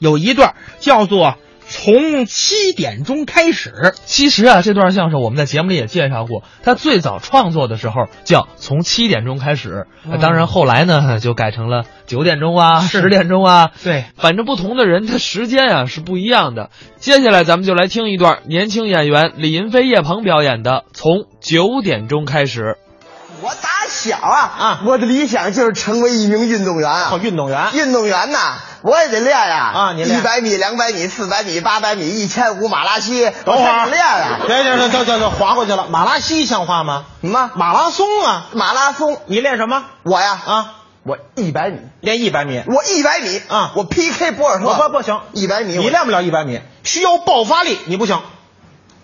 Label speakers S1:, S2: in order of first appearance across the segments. S1: 有一段叫做“从七点钟开始
S2: 其实啊，这段相声我们在节目里也介绍过，它最早创作的时候叫从七点钟开始，
S1: 哦
S2: 当然后来呢就改成了九点钟啊、
S1: 是
S2: 十点钟啊”，，
S1: 对，
S2: 反正不同的人他时间啊是不一样的。接下来咱们就来听一段年轻演员李云飞、叶鹏表演的《从九点钟开始
S3: 我打小啊啊，我的理想就是成为一名运动员啊。
S4: 哦，运动员，
S3: 运动员呐，我也得练呀
S4: 啊你练
S3: 一百米、两百米、四百米、八百米、一千五马拉稀，
S4: 等会
S3: 我才
S4: 儿
S3: 能练啊。嗯
S4: 别别别别别别划过去了。马拉西像话吗？
S3: 什么
S4: 马拉松啊，
S3: 马拉松？
S4: 你练什么
S3: 我呀，
S4: 啊？
S3: 我一百米，
S4: 练一百米。
S3: 我一百米
S4: 啊
S3: 我 PK 博尔
S4: 不
S3: 特，
S4: 不不行，
S3: 一百米我
S4: 你练不了一百米，需要爆发力，你不行，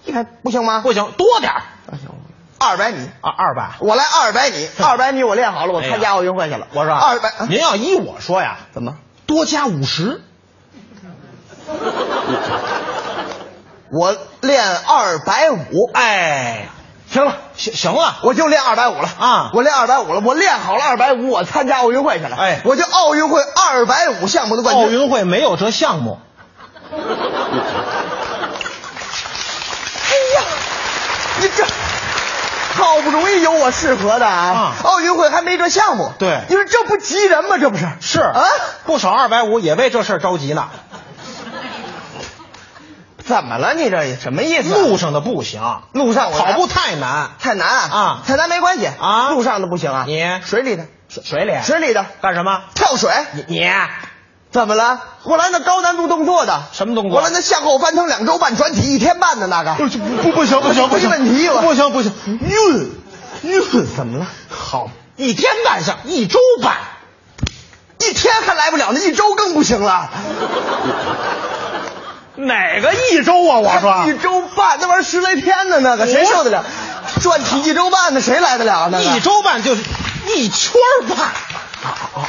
S3: 一百不行吗？
S4: 不行，多点儿
S3: 二百米，
S4: 啊，二百。
S3: 我来二百米，哎 二百米我练好了，我
S4: 哎呀
S3: 参加奥运会去了。
S4: 我说
S3: 二百，啊
S4: 您要依我说呀，
S3: 怎么？
S4: 多加五十，
S3: 我练二百五，
S4: 哎，
S3: 行了。
S4: 行行了，
S3: 我就练二百五了
S4: 啊
S3: 我练二百五了，我练好了二百五，我参加奥运会去了。
S4: 哎
S3: 我就奥运会二百五项目的冠
S4: 奥
S3: 军。
S4: 运会没有这项目，
S3: 哎呀，你这好不容易有我适合的啊，
S4: 啊
S3: 奥运会还没这项目。
S4: 对
S3: 你说这不急人吗？这不是
S4: 是
S3: 啊？
S4: 不少二百五也为这事儿着急呢。
S3: 怎么了？你这什么意思啊、
S4: 路上的不行，
S3: 路上我
S4: 跑步太难，
S3: 太难
S4: 啊
S3: 太难没关系
S4: 啊
S3: 路上的不行啊，
S4: 你
S3: 水里的，
S4: 水水里
S3: 水里的
S4: 干什么？
S3: 跳水，
S4: 你你
S3: 怎么了？我来那高难度动作的，
S4: 什么动作啊
S3: 我来那向后翻腾两周半转体一天半的那个。
S4: 不不行不行不
S3: 没
S4: 行，
S3: 问题了
S4: 不行不行，
S3: 晕晕，怎么了？好，
S4: 一天半项，一周半，
S3: 一天还来不了呢，一周更不行了。
S4: 哪个一周啊？我说
S3: 一周半，那玩意儿十来天呢，那个谁受得了？转体一周半的谁来得了？那个
S4: 一周半就是一圈半，
S3: 哦，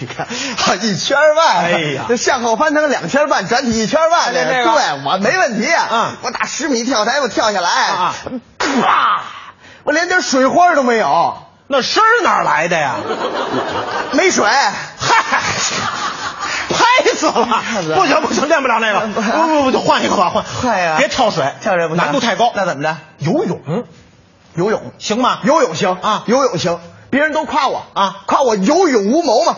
S3: 你看，啊一圈儿半，
S4: 哎呀
S3: 这向后翻腾两圈半，转体一圈半的，
S4: 哎对这个
S3: 对我没问题啊
S4: 嗯
S3: 我打十米跳台，我跳下来
S4: 啊，
S3: 啪，我连点水花都没有，
S4: 那声儿哪儿来的 呀？
S3: 没水，
S4: 嗨， 拍死了！啊不行不行，练不了那个，不
S3: 不
S4: 不不，就换一个吧，换
S3: 嗯啊快呀
S4: 别跳水，
S3: 跳水不行
S4: 难度太高。
S3: 那怎么着？嗯
S4: 游泳
S3: 游泳，
S4: 行吗？
S3: 游泳行
S4: 啊
S3: 游泳行，别人都夸我
S4: 啊
S3: 夸我有勇无谋嘛，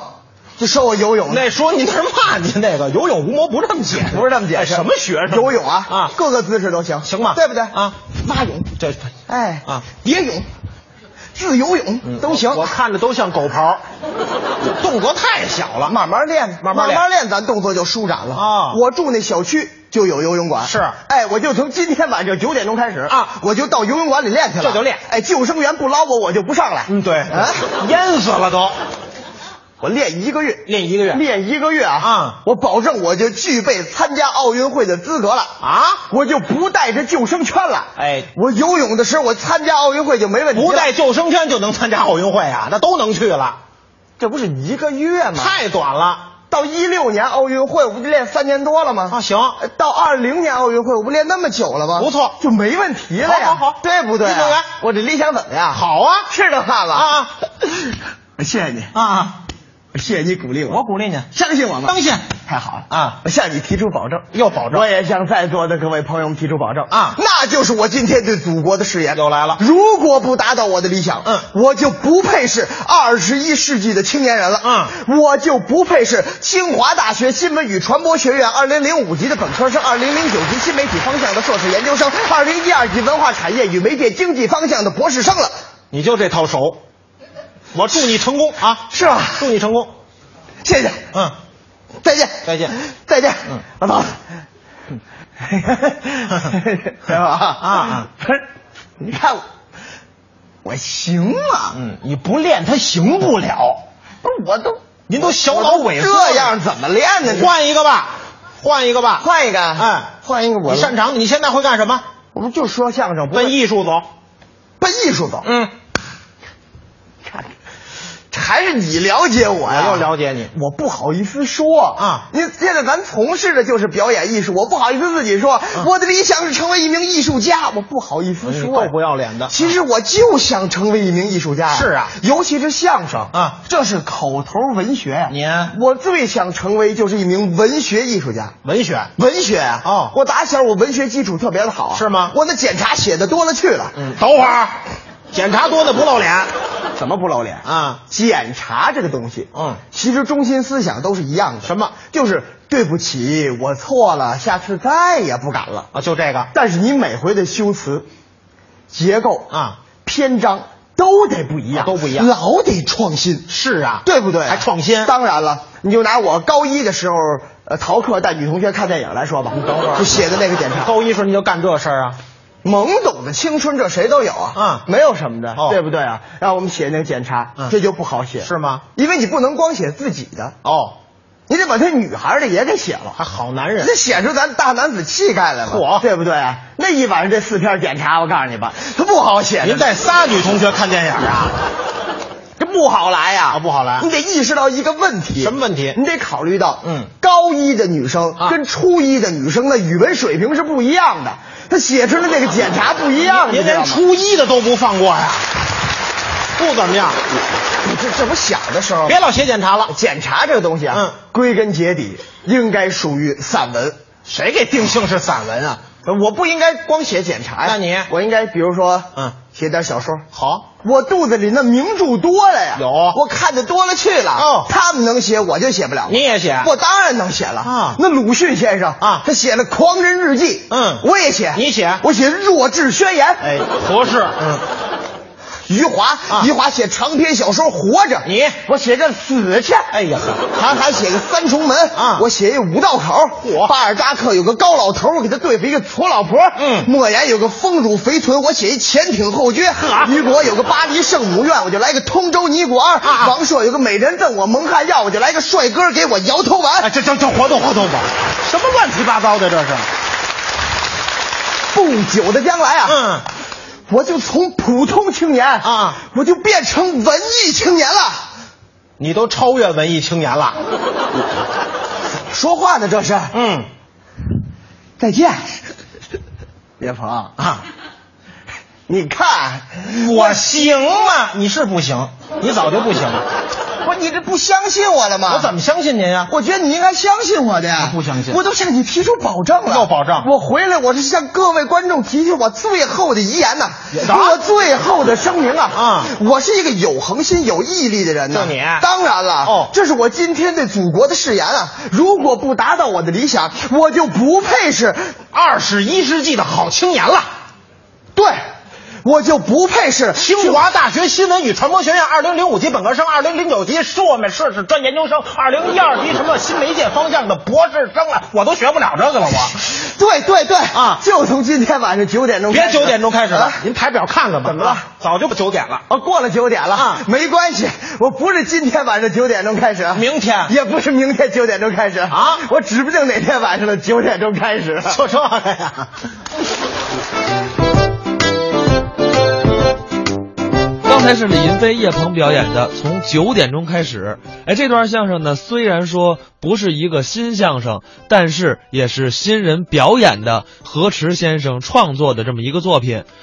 S3: 就说我游泳
S4: 那说你那是骂你那 个游泳无谋不是这么解释，
S3: 不是这么解释，
S4: 哎什么学生？
S3: 游泳啊
S4: 啊，
S3: 各个姿势都行，
S4: 行吧
S3: 对不对
S4: 啊？
S3: 蛙泳，
S4: 这
S3: 哎
S4: 啊
S3: 蝶泳、自由泳
S4: 嗯
S3: 都行
S4: 我， 我看着都像狗刨，动作太小了，
S3: 慢慢练，
S4: 慢慢
S3: 慢
S4: 练
S3: 练，咱动作就舒展了
S4: 啊
S3: 我住那小区就有游泳馆，
S4: 是
S3: 哎，我就从今天晚上九点钟开始
S4: 啊
S3: 我就到游泳馆里练去了，
S4: 这就练
S3: 哎，救生员不捞我，我就不上来，
S4: 嗯，对，
S3: 啊，
S4: 淹死了都，
S3: 我练一个月，
S4: 练一个月
S3: 练一个月啊，
S4: 啊
S3: 我保证我就具备参加奥运会的资格了
S4: 啊
S3: 我就不带着救生圈了。
S4: 哎
S3: 我游泳的时候，我参加奥运会就没问题了。
S4: 不带救生圈就能参加奥运会啊，那都能去了，
S3: 这不是一个月吗？
S4: 太短了
S3: 到一六年奥运会，我不练三年多了吗？
S4: 啊，行，
S3: 呃到二零年奥运会，我不练那么久了吗？
S4: 不错
S3: 就没问题了呀，
S4: 好好好
S3: 对不对啊、
S4: 运动员
S3: 我这理想怎么样？，
S4: 好啊，
S3: 吃着饭了
S4: 啊，
S3: 我 谢谢你，
S4: 啊，
S3: 我谢谢你鼓励我，
S4: 我鼓励你，
S3: 相信我吗？
S4: 当心
S3: 太好了
S4: 啊
S3: 我向你提出保证，
S4: 又保证
S3: 我也向在座的各位朋友们提出保证
S4: 啊
S3: 那就是我今天对祖国的誓言
S4: 又来了
S3: 如果不达到我的理想，
S4: 嗯
S3: 我就不配是二十一世纪的青年人了，嗯，我就不配是清华大学新闻与传播学院二零零五级的本科生，二零零九级新媒体方向的硕士研究生，二零一二级文化产业与媒介经济方向的博士生了，
S4: 你就这套手，我祝你成功啊，
S3: 是吧？
S4: 祝你成功，
S3: 谢谢，
S4: 嗯，
S3: 再见，
S4: 再见，
S3: 再见，
S4: 嗯
S3: 老头子。
S4: 嗯啊
S3: 不是，你看我，我行吗？
S4: 嗯，你不练他行不了，
S3: 不是，啊我都
S4: 您都小脑萎缩了
S3: 这样怎么练呢？
S4: 换一个吧，换一个吧，
S3: 换一个，啊
S4: 哎
S3: 换一个我
S4: 你擅，长，你现在会干什么？
S3: 我嗯不就说相声，不
S4: 奔艺术走，
S3: 奔艺术走，
S4: 嗯。
S3: 看，这还是你了解我呀？
S4: 我又了解你
S3: 我不好意思说
S4: 啊
S3: 您现在咱从事的就是表演艺术，我不好意思自己说，我的理想是成为一名艺术家，我不好意思
S4: 啊嗯你
S3: 说，
S4: 够不要脸的
S3: 其实我就想成为一名艺术家呀，
S4: 是啊
S3: 尤其是相声
S4: 啊
S3: 这是口头文学呀。
S4: 你啊
S3: 我最想成为就是一名文学艺术家。
S4: 文学
S3: 文学啊，
S4: 哦
S3: 我打小我文学基础特别的好啊，
S4: 是吗
S3: 我那检查写的多了去了，嗯，
S4: 等会儿，检查多的不 露脸
S3: 怎么不露脸？
S4: 啊？
S3: 检查这个东西，
S4: 嗯
S3: 其实中心思想都是一样的，什么？就是对不起，我错了，下次再也不敢了。
S4: 啊，就这个
S3: 但是你每回的修辞、结构、
S4: 啊，
S3: 篇章都得不一样，
S4: 啊都不一样
S3: 老得创新，
S4: 是啊，
S3: 对不对啊？
S4: 还创新
S3: 当然了，你就拿我高一的时候，呃，逃课带女同学看电影来说吧，你
S4: 等会儿
S3: 就写的那个检查，
S4: 高一时候你就干这事儿啊？
S3: 懵懂的青春，这谁都有啊，
S4: 啊
S3: 没有什么的，
S4: 哦
S3: 对不对啊？让我们写那个检查，
S4: 嗯
S3: 这就不好写，
S4: 是吗？
S3: 因为你不能光写自己的，
S4: 哦，
S3: 你得把他女孩的也给写
S4: 还
S3: 了，
S4: 好男人
S3: 这显出咱大男子气概来了
S4: 嚯，
S3: 对不对啊？那一晚上这四篇检查，我告诉你吧，他不好写的，
S4: 您带仨女同学看电影啊？
S3: 这不好来呀、
S4: 啊不好来
S3: 你得意识到一个问题，
S4: 什么问题
S3: 你得考虑到，
S4: 嗯，
S3: 高一的女生
S4: 啊
S3: 跟初一的女生的语文水平是不一样的，她写出来那个检查不一样，
S4: 您
S3: 你知
S4: 连
S3: 道吗
S4: 初一的都不放过呀？不怎么样，
S3: 你这这不小的时候，
S4: 别老写检查了。
S3: 检查这个东西啊，
S4: 嗯
S3: 归根结底应该属于散文。呃
S4: 谁给定性是散文啊？
S3: 我不应该光写检查呀，
S4: 那你
S3: 我应该比如说，
S4: 嗯，
S3: 写点小说。
S4: 好，
S3: 我肚子里那名著多了呀，
S4: 有
S3: 我看的多了去了。
S4: 哦
S3: 他们能写，我就写不了。
S4: 你也写
S3: 我当然能写了
S4: 啊
S3: 那鲁迅先生
S4: 啊
S3: 他写了《狂人日记》，
S4: 嗯
S3: 我也写，
S4: 你写
S3: 我写《弱智宣言》。
S4: 哎，合适。嗯，
S3: 余华，
S4: 啊
S3: 余华写长篇小说《活着》，
S4: 你
S3: 我写这死去。
S4: 哎呀
S3: 韩寒写个三重门
S4: 啊
S3: 我写一五道口。
S4: 嚯
S3: 巴尔扎克有个高老头，我给他对付一个矬老婆。
S4: 嗯
S3: 莫言有个丰乳肥臀，我写一潜艇后撅。雨果有个巴黎圣母院，我就来个通州尼姑庵。
S4: 啊
S3: 王朔有个美人赠我蒙汗药，我就来个帅哥给我摇头丸。
S4: 哎，这这这活动活动吧，什么乱七八糟的这是？
S3: 不久的将来啊，
S4: 嗯，
S3: 我就从普通青年
S4: 啊，
S3: 我就变成文艺青年 了。
S4: 你都超越文艺青年了。
S3: 说话呢，这是。
S4: 嗯，
S3: 再见， 岳鹏啊，你看
S4: 我行吗？你是不行，你早就不行了。
S3: 不是你这不相信我了吗？
S4: 我怎么？相信您呀、
S3: 我觉得你应该相信我的呀，
S4: 不相信
S3: 我都向你提出保证了，
S4: 要保证
S3: 我回来，我是向各位观众提出我最后的遗言呐、
S4: 啥
S3: 我最后的声明啊，
S4: 啊
S3: 我是一个有恒心、有毅力的人呐、
S4: 就你
S3: 当然了，
S4: 哦
S3: 这是我今天对祖国的誓言啊，如果不达到我的理想，我就不配是
S4: 二十一世纪的好青年了。
S3: 对，我就不配是
S4: 清华大学新闻与传播学院二零零五级本科生，二零零九级硕士硕士专研究生，二零一二级什么新媒介方向的博士生了，我都学不了这个了，我。
S3: 对对对
S4: 啊
S3: 就从今天晚上九点钟开
S4: 别
S3: 始，
S4: 九点钟开始了
S3: 啊，
S4: 您排表看看吧。
S3: 怎么了
S4: 啊早就九点了。
S3: 哦，过了九点了
S4: 啊
S3: 没关系，我不是今天晚上九点钟开始，
S4: 明天
S3: 也不是明天九点钟开始
S4: 啊
S3: 我指不定哪天晚上的九点钟开始。
S4: 就啊这个呀。
S2: 刚才是李云飞、叶鹏表演的，从九点钟开始。哎，这段相声呢，虽然说不是一个新相声，但是也是新人表演的何池先生创作的这么一个作品。